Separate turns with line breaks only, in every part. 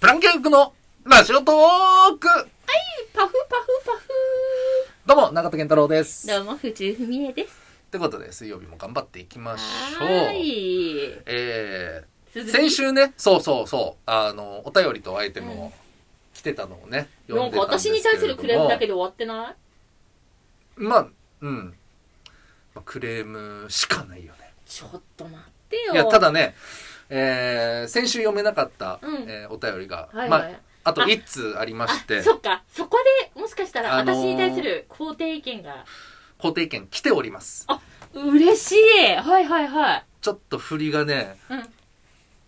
プランケークのラジオトーク
パフパフパフ
どうも、中田健太郎です。っ
どうも、藤井文江です。
てことで、水曜日も頑張っていきましょう。
い。
えー、
鈴木
先週ね、そうそうそう、あの、お便りとアイテムを来てたのをね、
な
読ん
んか
でたんですけ
私
れ
に
ども
対するクレームだけで終わってない
まあ、うん。まあクレームしかないよね。
ちょっと待ってよ。
いや、た、だね、えー、先週読めなかった、
うん
えーお便りが、
はい
ま
は
あ
い。、
あと
あ
1通ありま
あ
して、
そっか。そこで、もしかしたら
あのー
私に対する肯定意見が、
固定券来ております。
嬉しいはいはいはい。
ちょっと振りがね、
うん。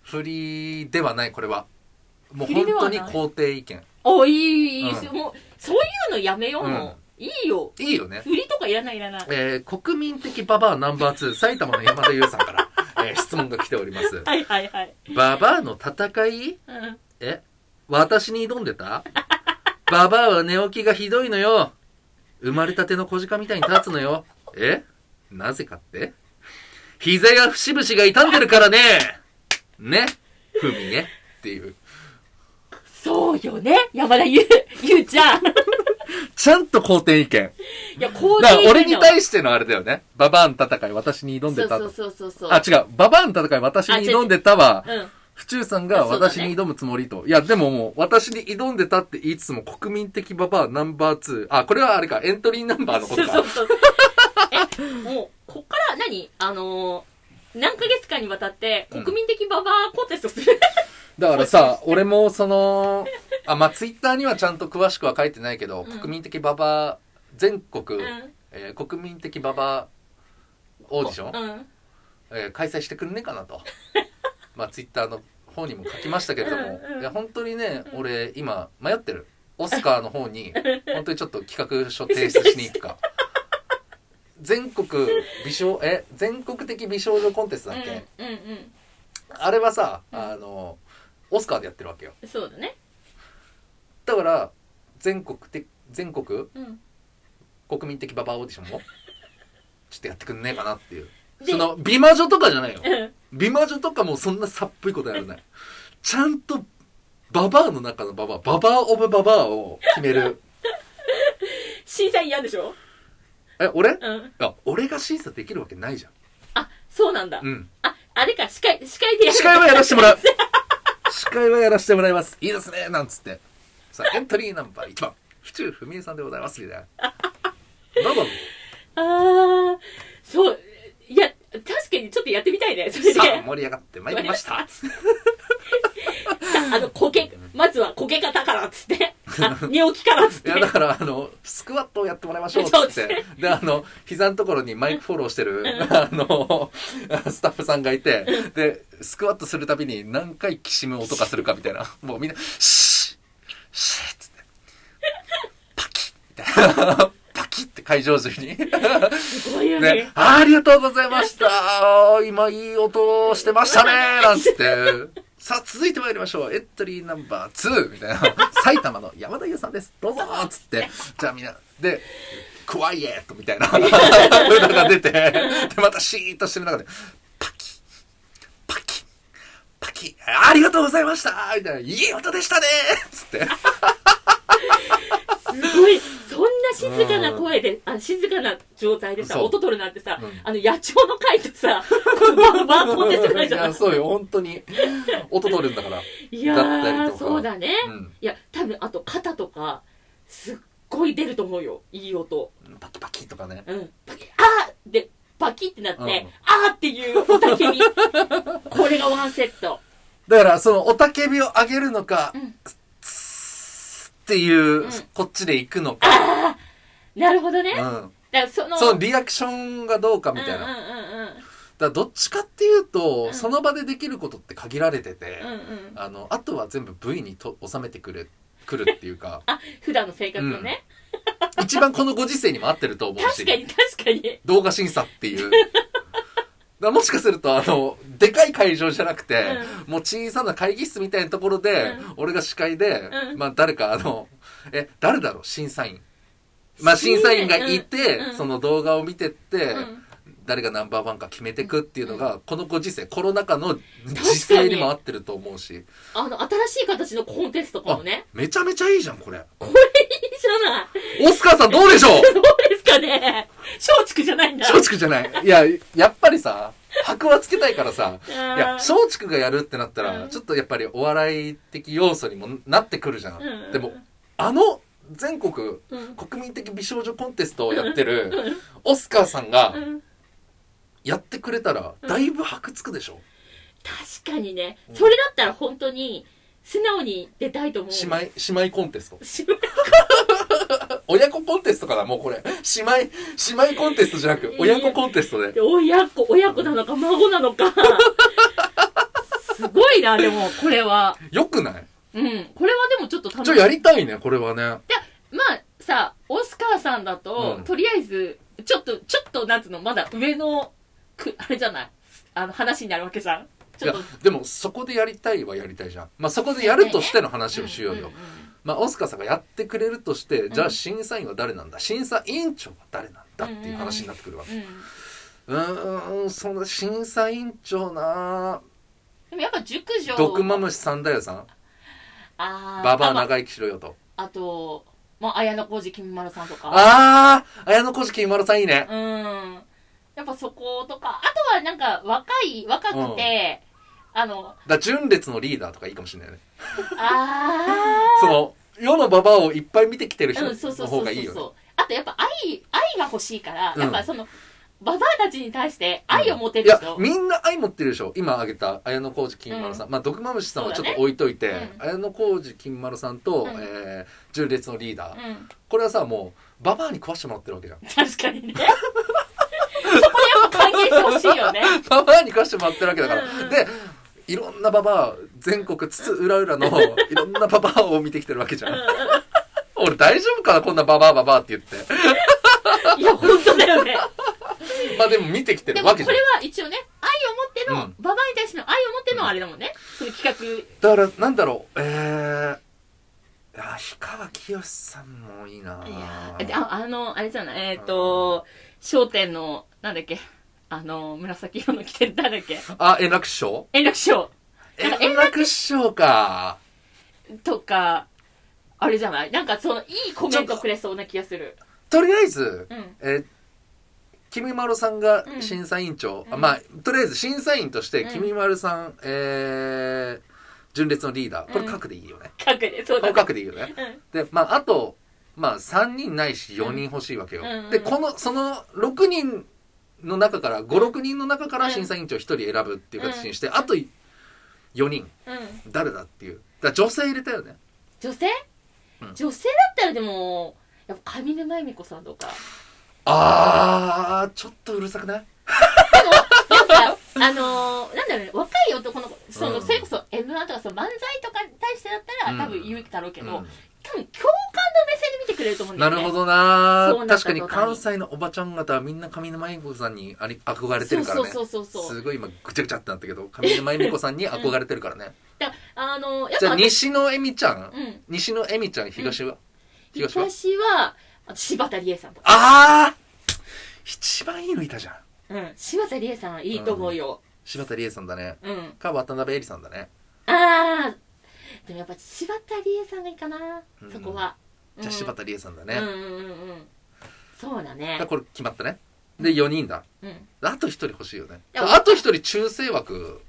振りではない、これは。もう
振り
本
では
当
ない
に肯定意見。
お、いい、いい、
うん
もう、そういうのやめよう、もう。いいよ。
いいよね。
売りとかいらないいらない。
えー国民的ババアナンバー2、埼玉の山田優さんから、 えー質問が来ております。
はいはいはい。
ババアの戦い
うん。
え私に挑んでたババアは寝起きがひどいのよ。生まれたての小鹿みたいに立つのよ。えなぜかって膝や節々が痛んでるからね。ねふみね。っていう。
そうよね。山田優、優ちゃん。
ちゃんと肯定意見。
いや、肯
だ
定
から
意見
俺に
し
対してのあれだよね。ババアの戦い私に挑んでた
そう
と。
そうそうそうそう。
あ、違う。ババアの戦い私に挑んでたは、
うん。
府中さんが
そうだね
私に挑むつもりと。いや、でももう、私に挑んでたって言いつつも、国民的ババアナンバー2。あ、これはあれか、エントリーナンバーのこと
そう
か。
そうそう。え、もう、こっから何、あのー何ヶ月間にわたって、
うん
国民的ババアコンテストする、
だからさ、俺もその、あ、まあ、ツイッターにはちゃんと詳しくは書いてないけど、
うん
国民的ババア、全国、
うん
えー国民的ババアオーディション、
うん。
えー開催してくんねえかな と。まあ、ツイッターの方にも書きましたけれども、
うんうん
いや、本当にね、俺、今、迷ってる。オスカーの方 に、本当にちょっと企画書提出しに行くか。全国美少、え、全国的美少女コンテストだっけ、
うん、うん、
あれはさ、
うん
あの、オスカーでやってるわけよ。
うん。そうだね。
だから、全国的、全国
うん。
国民的ババアオーディションも、ちょっとやってくんねえかなっていう。
で
その、美魔女とかじゃないよ。
うん。
美魔女とかもそんなさっぽいことやらない。ちゃんと、ババアの中のババア、ババアオブババアを決める。
審査員嫌でしょ
え、俺
うん。
あ、俺が審査できるわけないじゃ
あ、そうなんだ。
ん。うん。
あ、あれか、司会、司会でやる。
司会はやらせてもらう。司会はやらせてもらいます。いいですね、なんつって。さあ、エントリーナンバー1番、府中文江さんでございます、みたいな。どうぞ。
あー、そう。いや、確かにちょっとやってみたいね。それで。
さあ、
あ
盛り上がってまいりま した。
の、こけ、まずはこけ方からっつって。あ、寝起きからっつっ
い
て。
や、だから、あの、スクワットをやってもらいましょう、つ
そうで
っ
す
て
ね。
で、あの、膝のところにマイクフォローしてる、あの、スタッフさんがいて、で、スクワットするたびに何回きしむ音がするかみたいな。もうみんな、シーシーっつって、パキッみたいな。パキッって会場中に。
すごいよ
ね
ね、。
ありがとうございました 今いい音してま したねなんつって。さあ、続いて参りましょう。エントリーナンバー2みたい な。埼玉の山田優さんです。どうぞーつって。じゃあみんな、で、クワイエットみたい な 歌が出て、で、またシーンとしてる中で、パキッパキッパキッありがとうございましたみたいな。いい音でしたねつって。
すごい、そんな静かな声で、あ静かな状態でさ、
そう
音取るなんてさ、
うん
あの、野鳥の会とさ、このバンバンコンテスト会
い
じゃ
や、
ん。
そうよ。本当に。音取るんだから。
いや
だったり
ー、
とか
そうだね。
うん。
いや、多分、あと肩とか、すっごい出ると思うよ。いい音。
パキパキとかね。
うん。パキあーで、パキってなって、
うん
あーっていうおたけび。これがワンセット。
だから、その、おたけびを上げるのか、
うん
つっていう、
うん
こっちで行くのか、
なるほどね。
う
だか
ん。
らその、
そのリアクションがどうかみたいな。だか
うんうんうん
ら、どっちかっていうと、
うん
その場でできることって限られてて、
うん。うんうん。、
あの、あとは全部 V にと収めてくる、くるっていうか
あ、普段の生活のね。
一番このご時世にも合ってると思う
確か
し、
に確かに。
動画審査っていう。だからもしかすると、あの、でかい会場じゃなくて、もう小さな会議室みたいなところで、
うん
俺が司会で、
うん
まあ誰かあの、え、誰だろう審査員。まあ審査員がいて、
うん
その動画を見てって、
うん。
誰がナンバーワンか決めてくっていうのが、このご時世、コロナ禍の時勢にも合ってると思うし、
あの、新しい形のコンテストかもね。
めちゃめちゃいいじゃん、これ。
これいいじゃな
オ
い。
スカーさんどうでしょう
どうですかね松竹じゃないんだ。
松竹じゃない。いや、やっぱりさ、箔はつけたいからさ、
い
いや、松竹がやるってなった
う
ら、
ん
ちょっとやっぱりお笑い的要素にもなってくるじゃ
うん
ん。でも、あの、全国、
うん。
国民的美少女コンテストをやってる、オスカーさんが
う、ん
やってくれたら、だいぶ箔つくでしょ
確かにね。それだったら本当に、素直に出たいと思う。
姉妹、姉妹コンテスト。
姉妹。
親子コンテストかな、もうこれ。姉妹、姉妹コンテストじゃなく
い、や
親子コンテストで。
親子、親子なのか、孫なのか。 すごいな、でも、これは。
よくない
うん。これはでもちょっと楽
ちょ、やりたいね、これはね。
まあ、さ、オスカーさんだと、
うん
とりあえず、ちょっと、ちょっと、なんつうの、まだ上の、く、あれじゃないあの、話になるわけじゃん。
い
ちょっ
や
と。、
でも、そこでやりたいはやりたいじゃん。まあ、そこでやるとしての話をしよう
うん
よ
うん。
まあ、オスカーさんがやってくれるとして、じゃ
う
あ
ん
審査員は誰なんだ審査委員長は誰なんだっていう話になってくるわけ。
うんうん
うーん、その審査委員長な
でもやっぱ熟女。
毒マムシさんだよさん。
あー
ババア
あまあ
長生きしろよと。
あと、まあ、綾小路きみまろさんとか。
あー、綾小路きみまろさんいいね。
うん。やっぱそことか、あとはなんか若い、若くて、あの、
だ、純烈のリーダーとかいいかもしれないね。
あ
その、世のババアをいっぱい見てきてる
ー、
人
うん、そう
の
そう
方
そうそ
が
う
いいよね。
あとやっぱ愛、愛が欲しいから、
うん
やっぱその、ババアたちに対して愛を持て
い
る
や
人。、
みんな愛持ってるでしょ今挙げた綾小路きみまろさん。まあ、毒まむしさんはちょっと置いといて、
そうだね
綾小路きみまろさんと、
うん
えー、純烈のリーダー。
うん、
これはさ、もう、ババアに食わしてもらってるわけ じゃん。
確かにね。そこやっぱ歓迎してほしい よね。
ババアに食わしてもらってるわけだから。
うん
で、いろんなババア、全国津々浦々 のいろんなババアを見てきてるわけじゃん。俺大丈夫かなこんなババアババアって言って。
いや、本当だよね。
まあでも見てきて
で
る
も
わ
こ
け
れ
じゃん。
は一応ね、愛を持っての、
うん
ババアに対しての愛を持ってのあれだもんね。その企
だから、なんだろう、えー、あ、氷川きよしさんもいいない
画。いやーであ、あの、あれじゃない、えっ、と、商店の、なんだっけ、あの、紫色の着てる、なんだっけ、
あ、円楽師匠
円楽師匠なんか
円楽師匠か。
とか、あれじゃないなんかその、いいコメントくれそうな気がする。
とりあえず、
うん。
えー、君まろさんが審査委員長、
うん
あまあ、とりあえず審査員として
うん
君まろさん、えー、純烈のリーダー。これ核でいいよね。
書くね、そう
こ
だ
れ
ね。
核でいいよね。
うん。
で、まあ、あと、まあ、3人ないし4人欲しいわけよ。
うんうんうん
で、この、その6人の中から、5、6人の中から審査委員長1人選ぶっていう形にして、あと4人、
うん。
誰だっていう。だから女性入れたよね。
女性、
うん
女性だったらでも、やっぱ上沼恵美子さんとか。
あー、ちょっとうるさくない
なんか、 あのーなんだろうね、若い男の子、その、
うん
それこそ M1 とかその漫才とかに対してだったら、
うん
多分言うだろうけど、
うん
多分共感の目線で見てくれると思うんだ
な
よね。
るほどな
そう
ー
なった
確かに
途端に
関西のおばちゃん方はみんな上沼恵美子さんにあり憧れてるからね。
そうそうそうそうそう。
すごい今ぐちゃぐちゃってなったけど、上沼恵美子さん に憧れてるからね。
だあのーやっ
じゃ
ぱ、
あ、西野恵美ちゃん、
うん。
西野恵美ちゃん、東は、東は
東は、あと柴田理恵さんとか。
ああ一番いいのいたじゃん。
うん。柴田理恵さんはいいと思うよ。
柴田理恵さんだね。
うん。
か、渡辺恵里さんだね。
あー。でもやっぱ柴田理恵さんがいいかな、
うん
そこは。
じゃあ柴田理恵さんだね。
ね。う
だ
ん
か
うんうんうん。そうだね
ら。これ決まったね。で、4人だ。
うん。
あと1人欲しいよね。
いや
あと1人中性枠。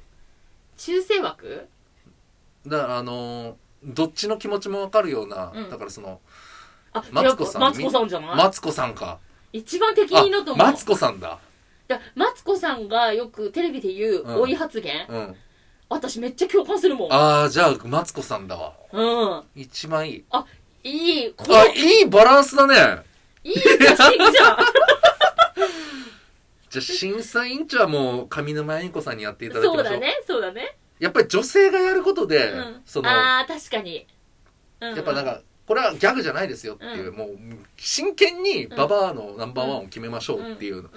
中性枠
だから、あのーどっちの気持ちもわかるような、
うん
だからその、
あ、
マツコさん
やっぱマツコさんじゃない
マツコさんか。
一番適
あ
任だと、思う。
マツコさんだ。
だマツコさんがよくテレビで言う、
うん
老い発言、
うん。
私めっちゃ共感するもん。
ああ、じゃあ、マツコさんだわ。
うん。
一番いい。
いい、こ
あ、いいバランスだね。
いい写 真じゃん。
じゃあ、審査委員長はもう、上沼恵美子さんにやっていただきまし
そ
ょ
う
う。
だね、そうだね。
やっぱり女性がやることで、
うん。
その、や
ああ、確かに。うんうん
っぱなんか、これはギャグじゃないですよっていう、もう、真剣にババアのナンバーワンを決めましょうっていう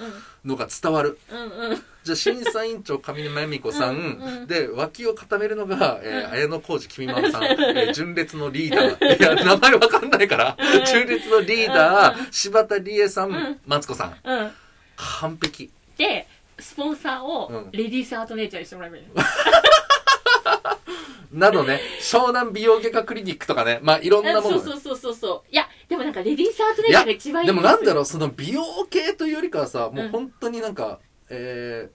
のが伝わる。
うんうんうん。
じゃあ、審査委員長上沼恵美子さん、
うんうん
で、脇を固めるのが、えー、
うん
綾小路きみ まろさん、えー、純烈のリーダー。いや、名前わかんないから、純烈のリーダー、柴田理恵さん、
うん
マツコさん。
うん。
完璧。
で、スポンサー
う
を
ん
レディースアートネイチャーにしてもらえばい いの。
などね、湘南美容外科クリニックとかね、まあいろんなも
そう
の。
そうそうそうそう。いや、でもなんかレディースアートネ
い
イチャ
や、
ーが一番いい
でもなんだろ
う。
う、その美容系というよりかはさ、もううん本当になんか、え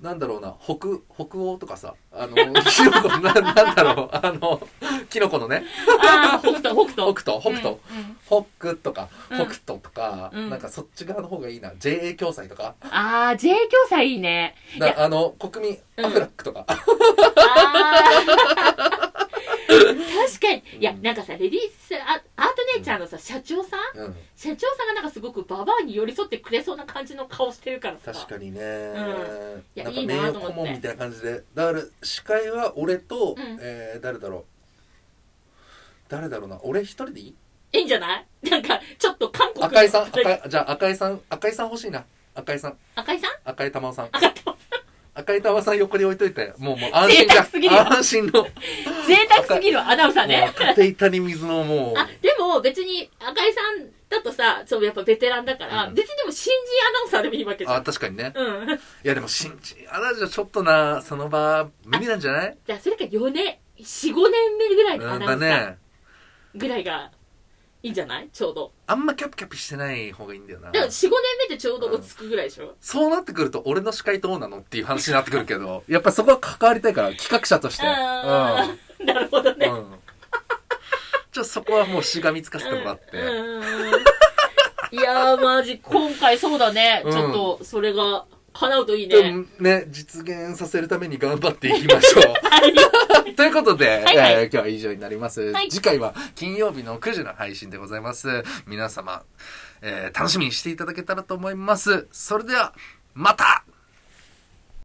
ー、なんだろうな、北、北欧とかさ、あ の、キノコ、な、なんだろう、あの、キノコのね、
ああ、北斗、
北
北斗。
斗、北斗、
うんうん
ホックとか、
う
ホ
ん
クトとか、
うん
なんかそっち側の方がいいな。JA 共済とか、
ああ、J 教材いいね。い
な
や、
あの、国民
うん
アフラックとか。
あー確かに。いや、なんかさ、レディースアアートネイチャーのさ、社長さん
うん、
社長さんがなんかすごくババアに寄り添ってくれそうな感じの顔してるからさ。
確かにね、
いや
なんか
いい
名
なと思
誉顧
って
問みたいな感じで。だから、司会は俺と、
うん
えー、誰だろう。誰だろうな。俺一人でいい
いいんじゃないなんか、ちょっと韓国
赤井さん、赤
赤い。
井、じゃあ赤井さん、赤井さん欲しいな。赤井さん、
赤井さん
赤井玉緒さん。
赤井さん
赤井玉緒さん横に置いといて、もうもう安心
贅沢すぎる
だ。安心 の。
贅沢すぎるアナウンサー
も
ね
う。縦板に水のもう。
あ、でも別に赤井さんだとさ、そうやっぱベテランだから、
うん
別にでも新人アナウンサーでもいいわけじゃ
あ、
ん。
確かにね。
うん。
いやでも新人アナじゃちょっとな、その場無理なんじゃない
じゃあそれか4年、4、5年目ぐらいの
う
ア
ん
ナウ
だ
ンサー
ね。
ぐらいがいいんじゃないちょうど。
あんまキャピキャピしてない方がいいんだよな
だ。から4、5年目でちょうど落ち着くぐらいでしょ、
そうなってくると俺の司会どうなのっていう話になってくるけ ど、やっぱそこは関わりたいから、企画者として。
あー なるほどね。
うん。うん。ちょっとそこはもうしがみつかせてもらって。
うんうんうんいやー、マジ、今回そうだね。
うん
ちょっと、それが、叶うといい
で
ね。
もね、実現させるために頑張っていきましょう。 ということで、
はいはい
えー今日は以上になります、
はい
次回は金曜日の9時の配信でございます。皆様、えー楽しみにしていただけたらと思います。それでは、また